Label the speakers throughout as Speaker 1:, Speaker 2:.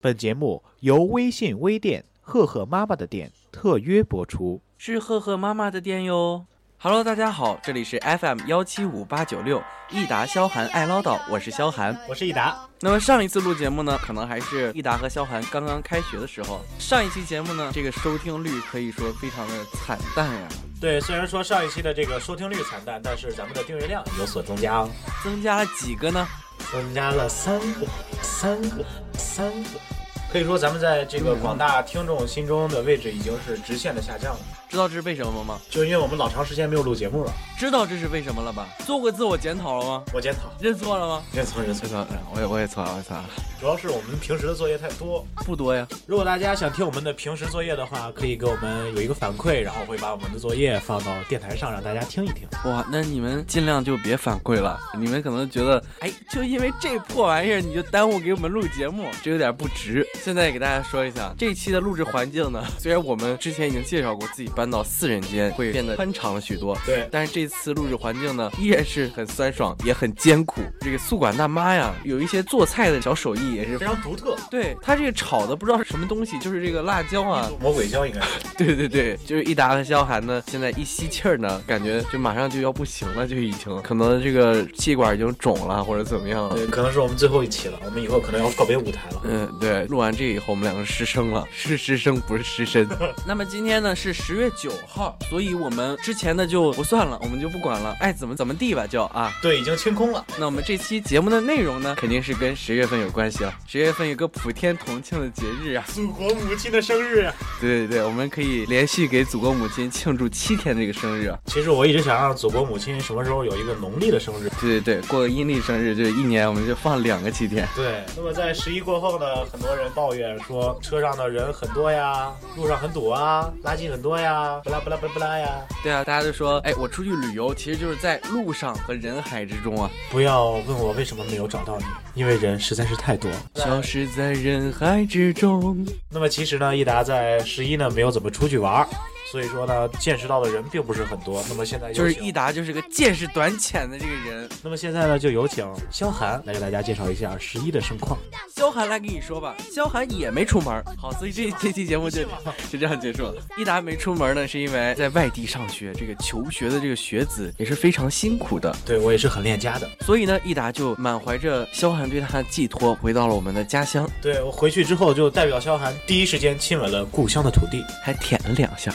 Speaker 1: 本节目由微信微店“赫赫妈妈的店”特约播出。
Speaker 2: 是赫赫妈妈的店哟。Hello，大家好，这里是 FM 幺七五八九六，益达萧寒爱唠叨，我是萧寒。
Speaker 1: 我是益达，
Speaker 2: 那么上一次录节目呢，可能还是益达和萧寒刚刚开学的时候。上一期节目呢，这个收听率可以说非常的惨淡呀、
Speaker 3: 对，虽然说上一期的这个收听率惨淡，但是咱们的订阅量有所增加哦，
Speaker 2: 增加了几个呢？
Speaker 3: 增加了三个，三个，三个，可以说咱们在这个广大听众心中的位置已经是直线的下降了，
Speaker 2: 知道这是为什么吗？
Speaker 3: 就因为我们老长时间没有录节目了。
Speaker 2: 知道这是为什么了吧？做过自我检讨了吗？
Speaker 3: 我检讨，
Speaker 2: 认错了吗？
Speaker 3: 认错认错，
Speaker 2: 错，哎我也我也错了，我也错了，
Speaker 3: 主要是我们平时的作业太多。
Speaker 2: 不多呀。
Speaker 3: 如果大家想听我们的平时作业的话，可以给我们有一个反馈，然后会把我们的作业放到电台上让大家听一听。
Speaker 2: 哇，那你们尽量就别反馈了。你们可能觉得，哎，就因为这破玩意儿，你就耽误给我们录节目，这有点不值。现在给大家说一下，这一期的录制环境呢，虽然我们之前已经介绍过，自己搬到四人间会变得宽敞了许多，
Speaker 3: 对，
Speaker 2: 但是这次录制环境呢，依然是很酸爽，也很艰苦。这个宿管大妈呀，有一些做菜的小手艺也是
Speaker 3: 非。常独特，
Speaker 2: 对她这个炒的不知道是什么东西，就是这个辣椒啊，
Speaker 3: 魔鬼椒应该是。
Speaker 2: 对对对，就是益达和萧寒呢，现在一吸气儿呢，感觉就马上就要不行了，就已经可能这个气管已经肿了或者怎么样了。
Speaker 3: 对，可能是我们最后一期了，我们以后可能要告别舞台了。
Speaker 2: 嗯，对，录完这以后我们两个失声 了，是失声不是失身。那么今天呢是十月九号，所以我们之前的就不算了，我们就不管了，爱怎么怎么地吧，就啊。
Speaker 3: 对，已经清空了。
Speaker 2: 那我们这期节目的内容呢，肯定是跟十月份有关系了。十月份有个普天同庆的节日啊，
Speaker 3: 祖国母亲的生日。
Speaker 2: 对对对，我们可以连续给祖国母亲庆祝七天这个生日啊。
Speaker 3: 其实我一直想让祖国母亲什么时候有一个农历的生日。
Speaker 2: 对对对，过个阴历生日，就是一年我们就放两个七天。
Speaker 3: 对，那么在十一过后呢，很多人抱怨说车上的人很多呀，路上很堵啊，垃圾很多呀，不啦不啦不啦不啦呀。
Speaker 2: 对啊，大家就说，哎，我出去旅游，其实就是在路上和人海之中啊，
Speaker 3: 不要问我为什么没有找到你，因为人实在是太多了。
Speaker 2: 消失在人海之中。
Speaker 3: 那么其实呢，益达在十一呢没有怎么出去玩儿，所以说呢，见识到的人并不是很多。那么现在有
Speaker 2: 就是
Speaker 3: 请
Speaker 2: 益达就是个见识短浅的这个人。
Speaker 3: 那么现在呢，就有请萧寒来给大家介绍一下十一的盛况。
Speaker 2: 萧寒来跟你说吧，萧寒也没出门。好，所以这这期节目就就这样结束了。益达没出门呢，是因为在外地上学，这个求学的这个学子也是非常辛苦的。
Speaker 3: 对我也是很恋家的。
Speaker 2: 所以呢，益达就满怀着萧寒对他的寄托，回到了我们的家乡，
Speaker 3: 对我回去之后就代表萧寒第一时间亲吻了故乡的土地。
Speaker 2: 还舔了两下。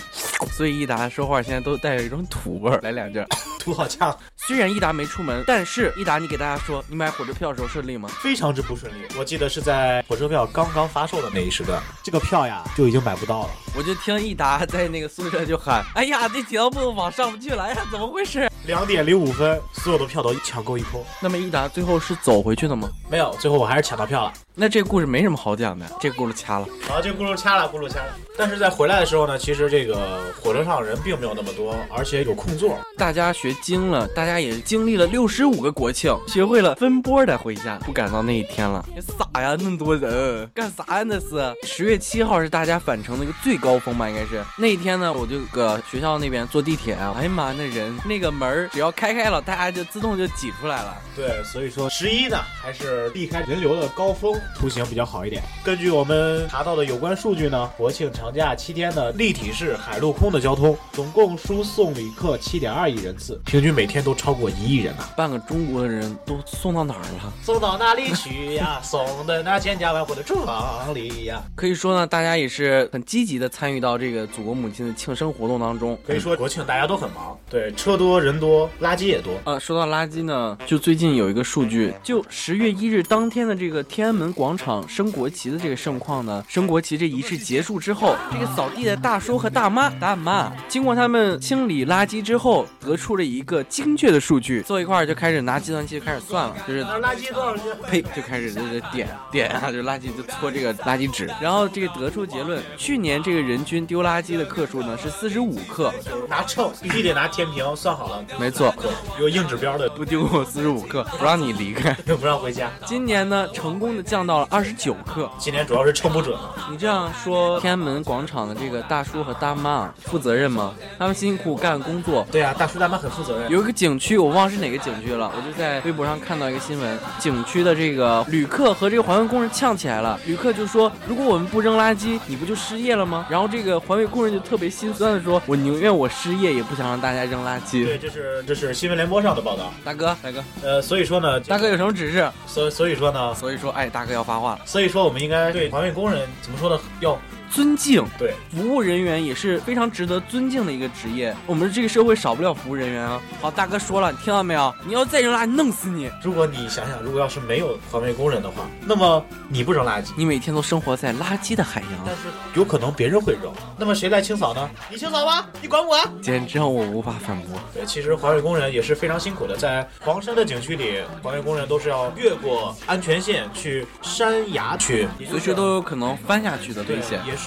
Speaker 2: 所以益达说话现在都带着一种土味儿，来两句。
Speaker 3: 土好呛，
Speaker 2: 虽然益达没出门，但是益达，你给大家说，你买火车票的时候顺利吗？
Speaker 3: 非常之不顺利。我记得是在火车票刚刚发售的那一时段，这个票呀就已经买不到了。
Speaker 2: 我就听益达在那个宿舍就喊：“哎呀，这条目往上不去了，哎呀，怎么回事
Speaker 3: 两点零五分，所有的票都抢购一空，？”
Speaker 2: 那么益达最后是走回去的吗？
Speaker 3: 没有，最后我还是抢到票了。
Speaker 2: 那这故事没什么好讲的，这故事掐了。
Speaker 3: 然后这轱辘掐了，轱辘掐了。但是在回来的时候呢，其实这个火车上人并没有那么多，而且有空座。
Speaker 2: 大家学精了，大家也经历了六十五个国庆，学会了分波的回家，不赶到那一天了。你傻呀，那么多人干啥呀？那是十月七号是大家返程的一个最高峰吧？应该是那一天呢，我就搁学校那边坐地铁啊，哎呀妈，那人那个门儿只要开开了，大家就自动就挤出来了。
Speaker 3: 对，所以说十一呢还是避开人流的高峰，出行比较好一点。根据我们查到的有关数据呢，国庆长假七天的立体式海陆空的交通，总共输送旅客七点二亿人次，平均每天都超过一亿人呐、
Speaker 2: 半个中国的人都送到哪儿了？
Speaker 3: 送到哪里去呀？送到那千家万户的厨房里呀。
Speaker 2: 可以说呢，大家也是很积极的参与到这个祖国母亲的庆生活动当中。
Speaker 3: 可以说国庆大家都很忙，对，车多人多，垃圾也多。
Speaker 2: 呃，说到垃圾呢，就最近有一个数据，就十月一日当天的这个天安门广场升国旗的这个盛况呢，升国旗这仪式结束之后，这个扫地的大叔和大妈、大妈经过他们清理垃圾之后，得出了一个精确的数据，坐一块儿就开始拿计算器就开始算了，就是
Speaker 3: 垃圾多少斤？
Speaker 2: 呸，就开始就是点点啊，就垃圾就搓这个垃圾纸，然后这个得出结论，去年这个人均丢垃圾的克数呢是四十五克，
Speaker 3: 拿秤，必须得拿天平算好了，
Speaker 2: 没错，
Speaker 3: 有硬指标的
Speaker 2: 不丢过四十五克，不让你离开。
Speaker 3: 不让回家。
Speaker 2: 今年呢，成功的降到了二十九克。
Speaker 3: 今年主要是称不准，
Speaker 2: 你这样说，天安门广场的这个大叔和大妈负责任吗？他们辛苦干工作。
Speaker 3: 对啊，大叔大妈很负责任。
Speaker 2: 有一个景区，我忘是哪个景区了，我就在微博上看到一个新闻，景区的这个旅客和这个环卫工人呛起来了。旅客就说：“如果我们不扔垃圾，你不就失业了吗？”然后这个环卫工人就特别心酸的说：“我宁愿我失业，也不想让大家扔垃圾。
Speaker 3: 对，这是这是新闻联播上的报道。”
Speaker 2: 大哥，大哥，
Speaker 3: 呃，所以说呢，
Speaker 2: 大哥有什么指示？
Speaker 3: 所所以说呢，
Speaker 2: 所以说，哎，大哥要发话了，
Speaker 3: 所以说我们应该对环卫工人怎么说呢？要
Speaker 2: 尊敬。
Speaker 3: 对，
Speaker 2: 服务人员也是非常值得尊敬的一个职业，我们这个社会少不了服务人员啊。好，大哥说了，你听到没有？你要再扔垃圾，弄死你！
Speaker 3: 如果你想想，如果要是没有环卫工人的话，那么你不扔垃圾，
Speaker 2: 你每天都生活在垃圾的海洋，
Speaker 3: 但是有可能别人会扔，那么谁来清扫呢？你清扫吧，你管不管？
Speaker 2: 简直让我无法反驳。
Speaker 3: 对，其实环卫工人也是非常辛苦的，在黄山的景区里，环卫工人都是要越过安全线去山崖区，
Speaker 2: 随时都有可能翻下去的
Speaker 3: 对
Speaker 2: 危险，。
Speaker 3: 也是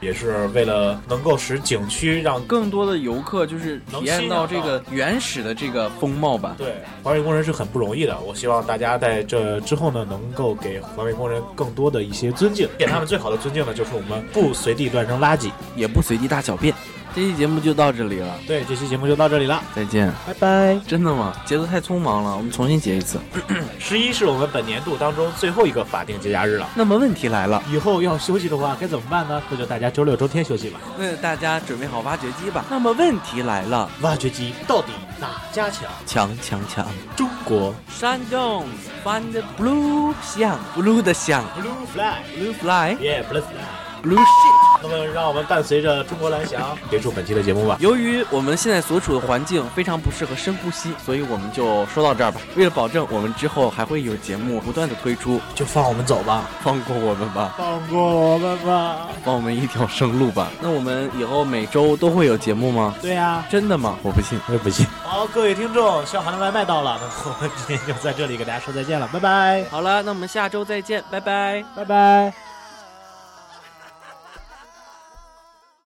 Speaker 3: 也是为了能够使景区让更
Speaker 2: 更多的游客就是体验到这个原始的这个风貌吧。
Speaker 3: 对环卫工人是很不容易的。我希望大家在这之后呢，能够给环卫工人更多的一些尊敬，给他们最好的尊敬呢，就是我们不随地乱扔垃圾。
Speaker 2: 也不随地大小便。这期节目就到这里了，
Speaker 3: 对，这期节目就到这里了，
Speaker 2: 再见。
Speaker 3: 拜拜。
Speaker 2: 真的吗？节奏太匆忙了，我们重新节一次。
Speaker 3: 十一是我们本年度当中最后一个法定节假日了。
Speaker 2: 那么问题来了，
Speaker 3: 以后要休息的话该怎么办呢？那就大家周六周天休息吧。
Speaker 2: 那大家准备好挖掘机吧。那么问题来了，
Speaker 3: 挖掘机到底哪家强？
Speaker 2: 强强强！
Speaker 3: 中国
Speaker 2: 山东翻的 blue 响，blue 的响
Speaker 3: Blue Fly，
Speaker 2: ，blue fly，blue
Speaker 3: 耶、Blue Fly。
Speaker 2: shit。
Speaker 3: 那么，让我们伴随着中国蓝翔结束本期的节目吧。
Speaker 2: 由于我们现在所处的环境非常不适合深呼吸，所以我们就说到这儿吧。为了保证我们之后还会有节目不断的推出，
Speaker 3: 就放我们走吧，
Speaker 2: 放过我们吧，
Speaker 3: 放过我们吧。
Speaker 2: 放我们一条生路吧。那我们以后每周都会有节目吗？
Speaker 3: 对呀、
Speaker 2: 真的吗？我不信。
Speaker 3: 我也不信。好，各位听众，笑涵的外卖到了，那我们今天就在这里给大家说再见了，拜拜，
Speaker 2: 好了，那我们下周再见，拜拜。
Speaker 3: 拜拜。